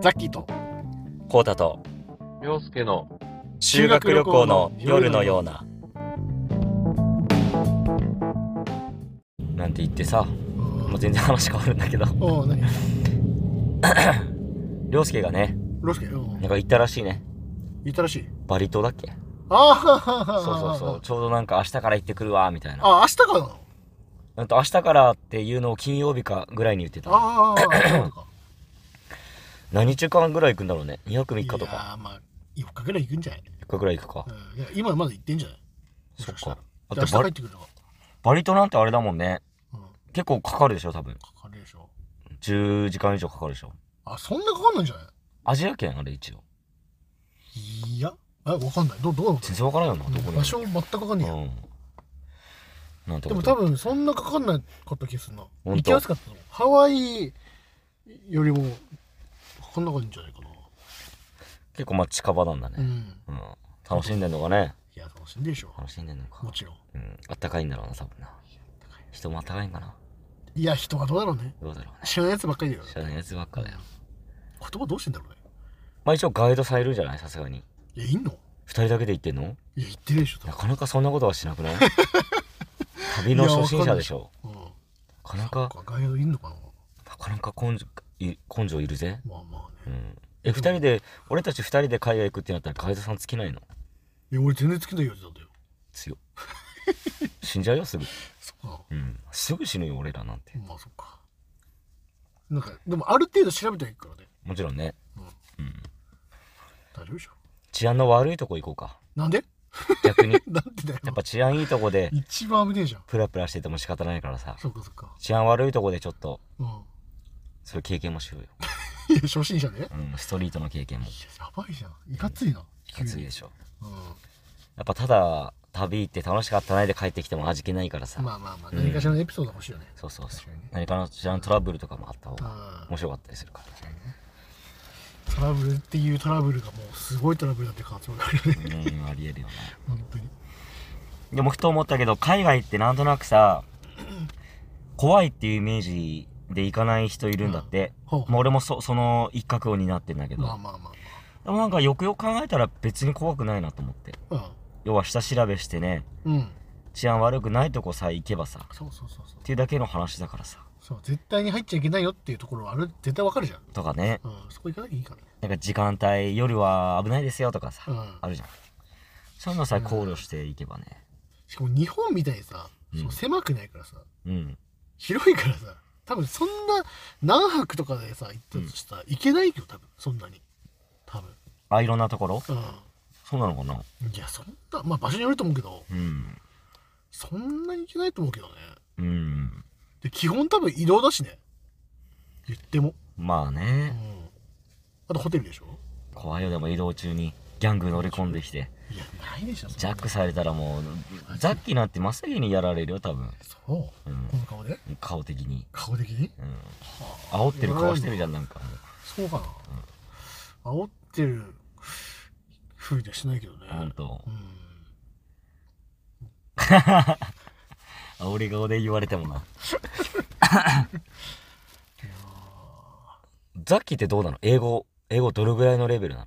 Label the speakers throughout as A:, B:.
A: ザッキーと
B: コータと
C: 洋介の
B: 修学旅行の夜のような。なんて言ってさ、もう全然話変わるんだけど、
A: おお何
B: 涼介がね、
A: ロスケうん
B: なんか行ったらしいね。
A: いたらしい
B: バリ島だっけ
A: ああ
B: そうそうそう。ちょうどなんか明日から行ってくるわ、みたいな。
A: あ明日からなの
B: なんと明日からっていうのを金曜日かぐらいに言ってた。
A: ああそうなのか
B: 何日間ぐらい行くんだろうね。2泊3日と
A: いや
B: か。
A: ーまあ4日ぐらい行くんじゃない,、
B: 4日ぐらい行くか
A: う。ん、いや今まだ行ってんじゃないも
B: そ
A: し
B: っ
A: かしたら
B: か。
A: で明
B: だっ
A: 日
B: て
A: 帰
B: バ
A: っ
B: リ
A: てくるのか、
B: バリ島なんてあれだもんね。
A: うん、
B: 結構かかるでしょ、多分。
A: かかるでしょ
B: 10時間以上かかるでしょ。
A: あそんなかかんないんじゃない
B: アジア圏あれ一応。
A: いやえわかんないどどうなの
B: 全然わからんよな、どこにある
A: 場所全くわかんない、
B: うん。なんて
A: で
B: こ
A: も
B: と
A: 多分そんなかかんなかった気がするな
B: 当
A: 行きやすかったのハワイよりもこんな感じじゃないかな
B: 結構まあ近場なんだ
A: う
B: ね。
A: ん
B: うん。楽しんでんのかね。
A: いや楽しんでるでしょ
B: 楽しんでんのか
A: も。ちろん
B: うん。あったかいんだろうな、多分な。人もあったかいんかな。
A: いや人はどうだろうね
B: どうだろうね。
A: 知らないやつばっかりだよ
B: 知らないやつばっかだよ。
A: 言葉どうしてんだろうね
B: まあ一応ガイドされるんじゃないさすがに。
A: いやいんの
B: 二人だけで行ってんの
A: いや言ってるでしょ多
B: な
A: 分
B: かなかそんなことはしな くない旅の初心者でしょ。
A: うん
B: なか
A: そ
B: な
A: っ
B: か、
A: かガイドいんのかな
B: なかなか根性い根性いるぜ。
A: まあまあ
B: う
A: ね
B: ん。え、二人で、俺たち二人で海外行くってなったらガイドさん尽きないの
A: いや俺全然好きないやつだったよ
B: 強っ。死んじゃうよ、すぐ。
A: そっか
B: うん。すぐ死ぬよ、俺らなんて。
A: まあそっかなんかでもある程度調べてはいくからね
B: もちろんね。
A: 大丈夫でしょ
B: 治安の悪いとこ行こうか。
A: なんで
B: 逆に。や
A: なんでだよ
B: っぱ治安いいとこで、
A: 一番危ねえじゃん
B: プラプラしてても仕方ないからさ。
A: そっかそっか
B: 治安悪いとこでちょっと、
A: うん
B: そういう経験もしようよ。
A: いや初心者ね
B: うん、ストリートの経験も。
A: いややばいじゃんいかついない
B: かついでしょ。
A: う
B: やっぱただ、旅行って楽しかったないで帰ってきても味気ないからさ。
A: んまあまあまあ何かしらのエピソードが欲しいよね
B: そうそうそ
A: 確か
B: う
A: にね。
B: 何かの治安トラブルとかもあった方が
A: あ
B: 面白かったりするから。
A: あトラブルっていうトラブルがもうすごいトラブルだって可能性がある よね
B: うん、ありえるよね。
A: 本当に
B: でもふと思ったけど、海外ってなんとな くさ、怖いっていうイメージで行かない人いるんだって。
A: ほう
B: まあ俺もそその一角を担ってんだけど。
A: まあまあま
B: でもなんかよくよく考えたら別に怖くないなと思って。
A: あまあ
B: 要は下調べしてね、
A: うんうん
B: 治安悪くないとこさえ行けばさ、っ
A: そうそうそうそう
B: ていうだけの話だからさ。
A: そう絶対に入っちゃいけないよっていうところはある絶対わかるじゃん
B: とかね、
A: うんそこ行かなきゃいいからね
B: なんか時間帯、夜は危ないですよとかさ、
A: うん
B: あるじゃん。そういうのさ、考慮していけばね。
A: しかも日本みたいにさ、
B: うん
A: そう狭くないからさ
B: うん。
A: 広いからさ多分そんな何泊とかでさ行ったとしたら行けないよ多分そんなに多分
B: あ、いろんなところ
A: う
B: そうなのかなん
A: いやそんなまあ場所によると思うけど
B: うん。
A: そんなに行けないと思うけどね
B: うん。
A: で基本多分移動だしね言っても
B: まあ
A: うん
B: ね、
A: あとホテルでしょ
B: 怖いよ、でも移動中にギャング乗り込んできて、
A: いやないでしょそんな
B: ジャックされたらもう、ザッキーなんて真っ先にやられるよ、多分。
A: そう、
B: うん
A: この顔で
B: 顔的に。
A: 顔的に
B: うん。煽ってる顔してるじゃん、なんかも
A: そうかな、煽ってるふうにはしないけどね
B: う。ほんと
A: う。ん
B: 煽り顔で言われても な。ザッキーってどうなの英語、英語どれぐらいのレベルなの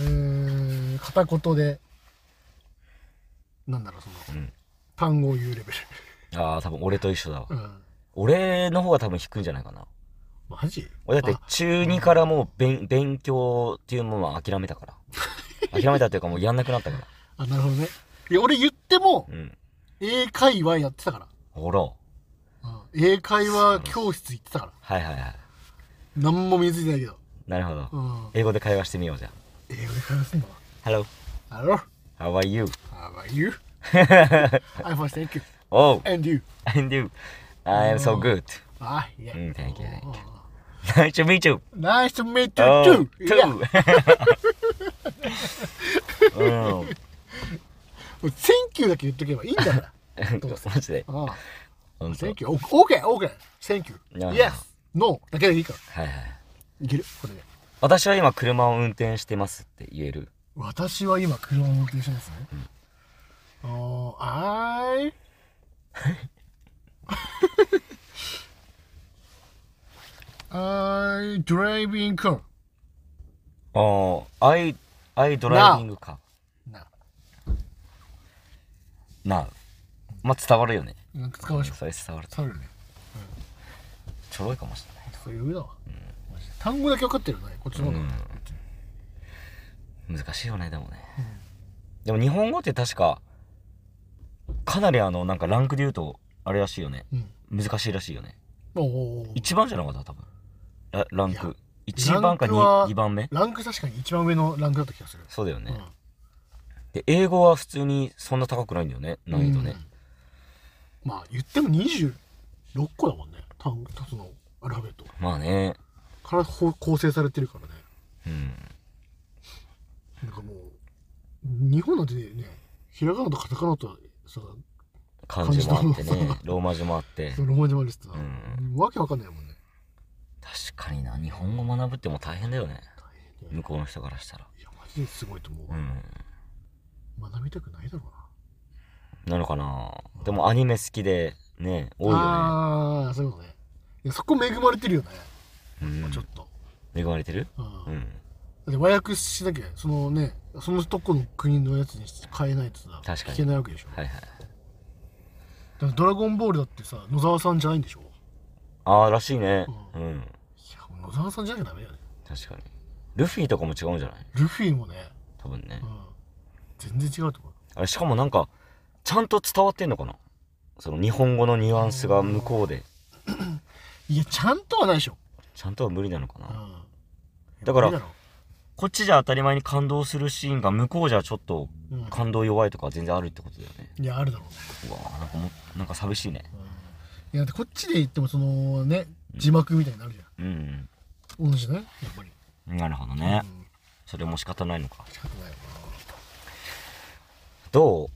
A: えー、片言でなんだろうその、
B: うん
A: 単語を言うレベ
B: ああ、多分俺と一緒だわ
A: ル、う。ん、
B: 俺の方が多分低いんじゃないかな。
A: マジ
B: 俺だって中2からもう勉勉強っていうものは諦めたから諦めたっていうかもうやんなくなったから
A: あなるほどねいや俺言っても
B: うん
A: 英会話やってたか
B: ほらは
A: ら、うん、英会話教室行ってたから
B: いはいはい
A: 何も身についてないけど、
B: なるほど、
A: うん、
B: 英語で会話してみようじゃん
A: 英語で話すんだわ
B: Hello
A: あろ
B: how are you
A: How are you? I'm fine, thank you.
B: oh
A: And you?
B: and you I am so good
A: あ、いや。
B: うん thank you thank you nice to meet you
A: Nice to meet
B: oh
A: you too! いや、も
B: too うん
A: う Thank you だけ言っとけばいいんだ から。
B: マジで
A: ああ
B: ほんと
A: Thank you. OK, OK. Thank you.
B: いや
A: Yes. No. だけでいいから。
B: はいはい
A: いけるこれで。
B: 私は今車を運転してますって言える
A: 私は今、車を運転してますね。おー、I... アイドライビングカー
B: ああ、アイ、アイドライビングか。
A: な
B: なあ。まあ、伝わるよね。
A: なんか使わしく
B: それ伝わる。
A: 伝わるね
B: ちょろいかもしれない
A: そういうだわ、マジで単語だけ分かってるよねこっちの方が、
B: うん難しいよねでもね、でも日本語って確かかなりあのなんかランクで言うとあれらしいよね
A: うん
B: 難しいらしいよね
A: おおー
B: 一番じゃなかった多分ララン
A: いや
B: ク一番
A: ラ
B: か
A: ンクは
B: 二二番目
A: ランク確かに一番上のランクだった気がする、
B: そうだよね、
A: うん
B: で英語は普通にそんな高くないんだよね難易度ね、
A: うんまあ言っても26個だもんね単語そのアルファベット
B: まあね
A: からほ構成されてるからね
B: うん
A: なんかもう日本なんてねひらがなとカタカナとさ
B: 漢字もあっ
A: 漢
B: て
A: 字と
B: ねローマ字もあって
A: そのローマ字もあるしさ、
B: うん
A: わけわかんないもんね
B: 確かにな日本語学ぶってもう大変だよね
A: 大変ね
B: 向こうの人からしたら
A: いやマジですごいと思う、
B: うん
A: 学びたくないだろう
B: なのかなでもアニメ好きでね多い
A: な
B: よ
A: あ
B: ね
A: あそういうことねいやそこ恵まれてるよね、
B: うん
A: ちょっと、
B: 恵まれてる
A: うん
B: うん
A: だって和訳しなきゃそのねそのとこの国のやつに変えないとさ
B: 確かに
A: 聞けないわけでしょ
B: はいはい
A: だからドラゴンボールだってさ野沢さんじゃないんでしょい
B: ああらしいね
A: う
B: うん、
A: や野沢さんじゃなきゃダメだよね
B: 確かにルフィとかも違うんじゃない
A: ルフィもね、
B: 多分ね、
A: うん、全然違うと思う
B: あれしかもなんかちゃんと伝わってんのかなその日本語のニュアンスが向こうで
A: いやちゃんとはないでしょ、
B: ちゃんとは無理なのか
A: うん
B: な、だから
A: いいろ
B: こっちじゃ当たり前に感動するシーンが向こうじゃちょっと
A: うん
B: 感動弱いとか全然あるってことだよね
A: いやあるだろうね、
B: うわーなんかもうなんか寂しいね
A: いやだってこっちで言ってもそのね字幕みたいになるじ
B: うん
A: ゃん同じねやっぱり、
B: なるほどね、
A: うん
B: それも仕方ないのか
A: 仕方ないよ
B: どう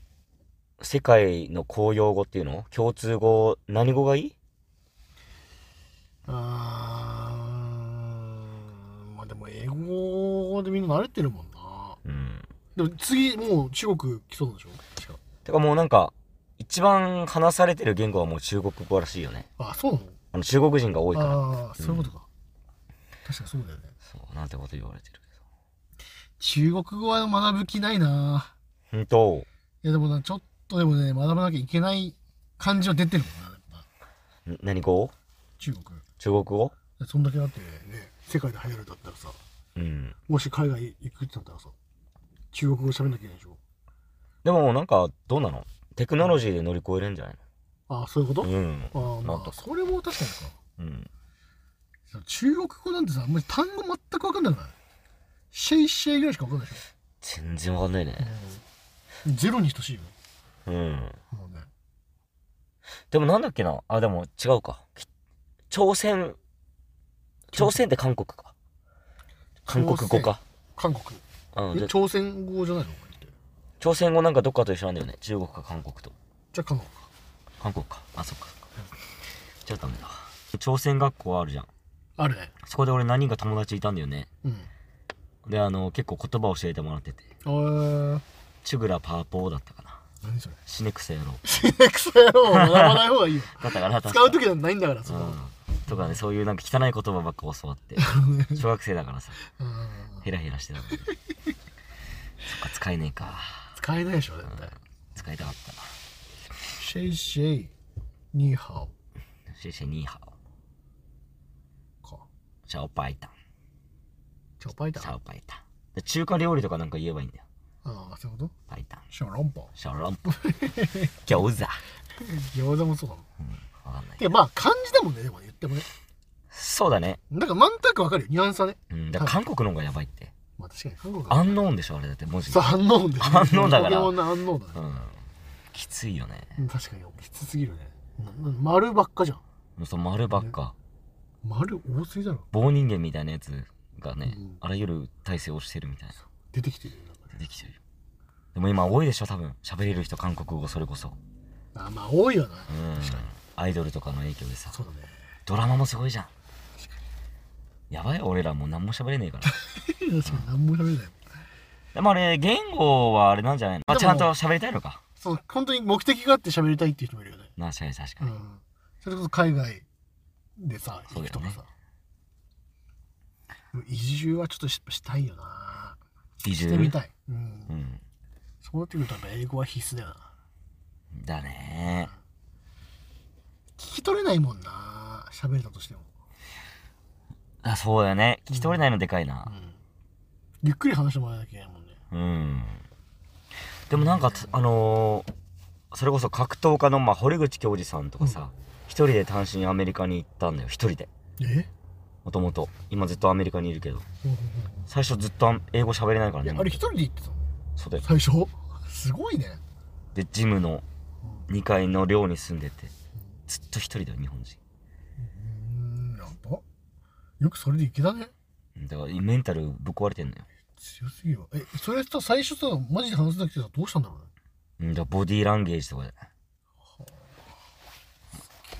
B: 世界の公用語っていうの共通語何語がいい
A: なあーまあでも英語でみんな慣れてるもんな
B: うん
A: でも次もう中国来そうなんでしょ確か
B: てかもうなんか一番話されてる言語はもう中国語らしいよね
A: あそうなの
B: あの中国人が多いから
A: ああそういうことか、確かにそうだよね
B: そうなんてこと言われてる
A: 中国語は学ぶ気ないな
B: けどほんと
A: いやでもなちょっとでもね学ばなきゃいけない感じは出てるもんなやっぱ
B: ん何語
A: 中国
B: 中国語
A: そんだけだってね世界で流行るんだったらさ
B: うん
A: もし海外行くってなったらさ中国語喋んなきゃいけないでしょ
B: でもなんかどうなのテクノロジーで乗り越えれんじゃない
A: ああそういうこと、
B: のうん
A: ああ
B: なん
A: まあ
B: と
A: それも確かにか
B: うん
A: 中国語なんてさあんまり単語全く分かんなくないシェイシェイぐらいしか分かんないでし
B: 全然わかんないね
A: ょ、ゼロに等しいよ
B: うん
A: もうね
B: でもなんだっけなあでも違うかき朝鮮朝鮮って韓国か韓国語か
A: 韓国
B: うん
A: え
B: で
A: 朝鮮語じゃないのこれって
B: 朝鮮語なんかどっかと一緒なんだよね中国か韓国と
A: じゃあ韓国か
B: 韓国かあそっかそっかじゃあダメだ朝鮮学校あるじゃん
A: あるね
B: そこで俺何人か友達いたんだよね
A: うん
B: であの結構言葉教えてもらってて
A: ああ
B: チュグラパーポーだったかな
A: 何 それ
B: 死ねくせ野郎
A: クソ野郎学ばない方がいいよ
B: だったかな確か
A: 使う時はないんだからそ
B: うん
A: の
B: とかねそういうなんか汚い言葉ばっか教わ って小学生だからさ
A: うん
B: ヘラヘラしてたもんねそっか使えねえか
A: 使えないでしょ絶対
B: 使いたかったな
A: シェイシェイニーハ
B: シェシェニーハオ
A: オか
B: チャオパイタン
A: チョパイ
B: チ
A: タ
B: ャ
A: ン
B: オパイタンで中華料理とかなんか言えばいいんだよ
A: ああそういうこと
B: パイタン
A: シャロンパン
B: シャロ ンポ餃子
A: 餃子もそうだもん
B: わかんない
A: いやまあ漢字だもんねでもね言ってもね
B: そうだね
A: だからなんとなくわかるよニュアンスはね
B: うんだから韓国の方がやばいって
A: まあ確かに韓国は
B: アンノーンでしょあれだって文字
A: そうアンノーンで
B: アンノーンだ
A: ポ
B: から
A: ケモンのアンノーンだね
B: うんきついよね
A: うん確かにきつすぎるねなな丸ばっかじゃん
B: もうその丸ばっか
A: 丸多すぎだろ
B: 棒人間みたいなやつがね
A: うん
B: あらゆる体勢をしてるみたいな
A: 出てきてるよなんかね
B: できてるよでも今多いでしょ多分喋れる人韓国語それこそ
A: あまあ多いよな
B: うん
A: 確かに
B: アイドルとかの影響でさ
A: そうだね
B: ドラマもすごいじゃんやばい俺らもう何も喋れねえから
A: 確かに何も喋れないもん
B: でもあれ、言語はあれなんじゃないのあ、
A: で
B: ち
A: も
B: ゃんと喋りたいのか。
A: その本当に目的があって喋りたいっていう人もいるよね、
B: なあ、確かに確か
A: う
B: に。
A: ん、それこそ海外でさ
B: そ
A: 行
B: うだよね
A: くとかさ移住はちょっとししたいよな
B: 移
A: し
B: 住
A: てみたい、うん
B: うん
A: そうなってくるとやっぱ英語は必須だよな
B: だね
A: 聞き取れないもんな喋れたとしても、、
B: あそうだよね聞き取れないのでかいうなん
A: ゆっくり話してもらわなきゃいけないもんね
B: うん、でもなんかつあのーそれこそ格闘家の、まあ、堀口教授さんとか
A: うん
B: さ一、人で単身アメリカに行ったんだよ一人で
A: え
B: もともと今ずっとアメリカにいるけど
A: うんうん
B: 最初ずっとあん英語喋れないから
A: うんい
B: ね
A: やあれ一人で行ってたの
B: そうだよ
A: 最初すごいね
B: でジムの2階の寮に住んでてずっと一人だよ日本人
A: うんやっぱよくそれでいけたね
B: うんだからメンタルぶっ壊れてんのよ
A: 強すぎるわえそれさ最初さマジで話せなくてさどうしたんだろうね
B: うんだからボディーランゲージとかで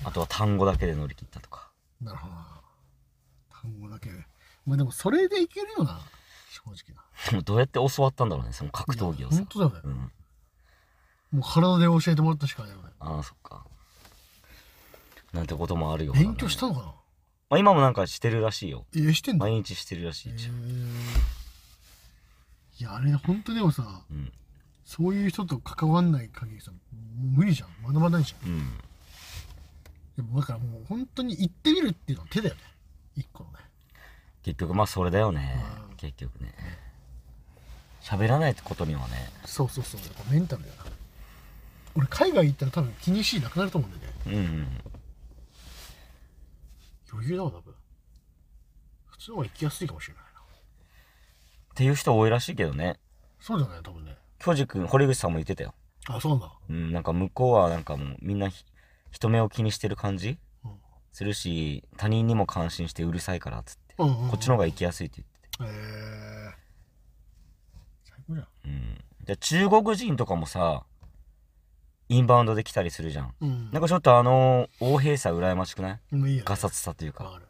B: あとは単語だけで乗り切ったとか
A: なるほどな単語だけまあでもそれでいけるよな正直な
B: でもどうやって教わったんだろうねその格闘技を
A: いや
B: さ
A: 本当だよね、
B: うん
A: もう体で教えてもらったしかないよね
B: ああそっかなんてこともあるよな
A: 勉強したのかな
B: まあ、今もなんかしてるらしいよ
A: えしてんの
B: 毎日してるらしい一応
A: えーいやあれ本当でもさ
B: うん
A: そういう人と関わんない限りさもう無理じゃん学ばないじゃん
B: うん
A: でもだからもう本当に行ってみるっていうのは手だよね一個のね
B: 結局まあそれだよね
A: うん
B: 結局ね喋らないことにはね
A: そうそうそうやっぱメンタルだよな俺海外行ったら多分気にしなくなると思うんだよね
B: うんうん
A: 余裕だわ多分普通の方が行きやすいかもしれないな
B: っていう人多いらしいけどね
A: そうじゃない多分ね
B: 巨く君堀口さんも言ってたよ、
A: あそうなんだ
B: うん、なんか向こうはなんかもうみんなひ人目を気にしてる感じ
A: うん
B: するし他人にも感心してうるさいからっつって、
A: うんうんうん
B: こっちの方が行きやすいって言っ
A: へ
B: てて
A: え最高じゃん
B: うんで中国人とかもさインバウンドで来たりするじゃん
A: うん
B: なんかちょっとあの横弊さ羨ましくない
A: もういいや
B: ガサツさという
A: わ
B: か、
A: かる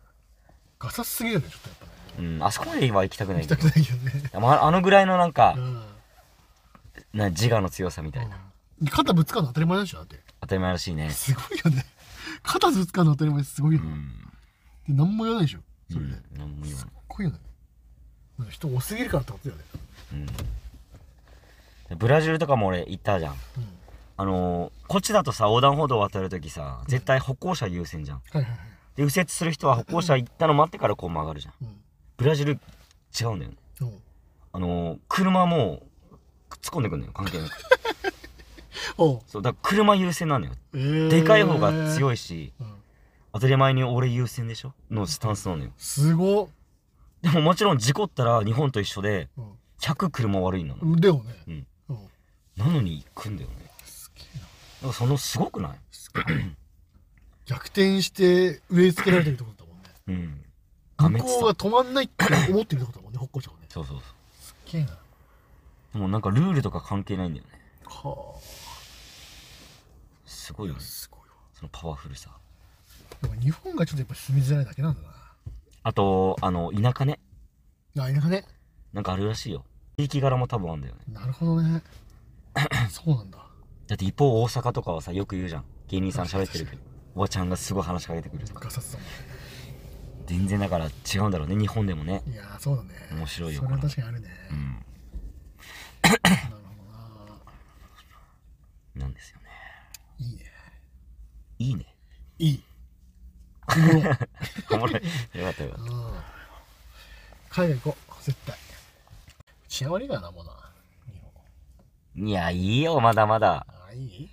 A: ガサツすぎるよねちょっとやっぱね
B: うん、あそこまでは行きたくな
A: 行
B: い
A: き
B: け
A: た
B: ど
A: くないよね
B: まああのぐらいのなんか
A: う、ん
B: な自我の強さみたいな、
A: うん肩ぶつかるの当たり前でしょだって
B: 当たり前らしいね
A: すごいよね肩ぶつかるの当たり前すごいよ
B: う
A: ね、
B: ん、
A: で何も言わないでしょそれで、
B: うん何も言わ
A: す
B: な
A: っ
B: い
A: ごいよねなんか人多すぎるからってことだよね
B: うんでブラジルとかも俺行ったじゃん
A: うん
B: あのーこっちだとさ横断歩道を渡るときさ絶対歩行者優先じゃん
A: はいはいはい
B: で右折する人は歩行者行ったの待ってからこう曲がるじゃん
A: うん
B: ブラジル違うんだよね
A: うん
B: あのー車もう突っ込んでくんだよ関係なく
A: おう
B: そうだから車優先なんだよ
A: えー
B: でかい方が
A: い、
B: 強いし
A: うん、
B: 当たり前に俺優先でしょのスタンスなのよ
A: すごっ、
B: でももちろん事故ったら日本と一緒で
A: う
B: 100車悪いの
A: ん、でもね、
B: うん
A: うん、
B: なのに行くんだよね
A: すげえな
B: だからそのすごくない
A: すげえ逆転して植え付けられてるってことだもんね
B: うん画
A: 向
B: 面
A: こうが止まんないって思ってるってことだもんね北海道ね
B: そうそうそう
A: すっげえな
B: でもうなんかルールとか関係ないんだよね
A: は
B: すごいよ
A: あ
B: ね
A: すごいわ
B: そのパワフルさ
A: でも日本がちょっとやっぱ住みづらいだけなんだ
B: あとあの田舎ね
A: なあ田舎ね
B: なんかあるらしいよ地域柄も多分あるんだよね
A: なるほど ねそうなんだ
B: だって一方大阪とかはさよく言うじゃん芸人さん喋ってるけどおばちゃんがすごい話しかけてくるとか
A: ガサツだもんね
B: 全然だから違うんだろうね日本でもね
A: いやーそうだね
B: 面白いよ
A: それは確かにあるね、
B: うん
A: なるほどな
B: なんですよね
A: いいね
B: いいね
A: いい
B: おもろいよかったよかっ
A: う
B: た
A: ん海外行こう絶対治安悪いからなもうな日本
B: いやいいよまだまだ
A: ああいい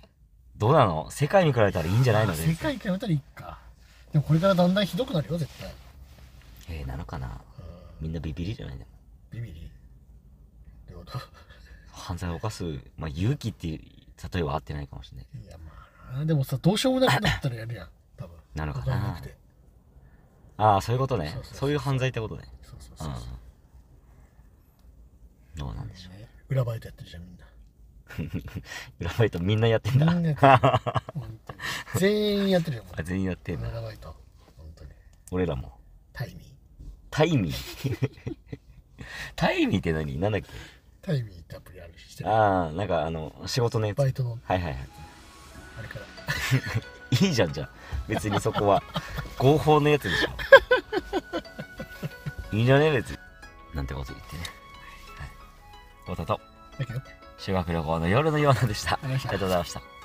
B: どうなの世界に比べたらいいんじゃないの
A: あ世
B: 全
A: 界
B: 然
A: 一やめたらいいかでもこれからだんだんひどくなるよ絶対
B: えー、なのかなみんなビビりじゃないでも
A: ビビリどういうこと
B: 犯罪を犯す、まあ、勇気っていう例えは合ってないかもしれないけ
A: いやまあなでもさどうしようもなくなったらやるやん多分
B: なのかな
A: わんなくて
B: どああそういうことね
A: そ
B: そうう
A: そうそう
B: いう犯罪ってことね
A: そうそう
B: う
A: そ
B: ん
A: うそう
B: どうなんでしょ
A: ね裏バイトやってるじゃんみんな
B: う裏バイトみんなやってんだ
A: みんなやってる本当に全員やってるよも
B: あ 全員やってん
A: う
B: だ
A: 裏バイト本当に
B: 俺らも
A: タイミー
B: タイミー タイミーって何なんだっけ
A: タイミーってアプリあるししてる
B: ああなんかあの仕事のやつ
A: バ
B: は
A: イトの
B: いはいは
A: あれから
B: い いいじゃんじゃあ別にそこは合法のやつでしょいいんじゃねえ別になんてこと言ってねはい太田と
A: だけど
B: 修学旅行の夜のようなでしたあ
A: りがとうございました
B: りがとうございました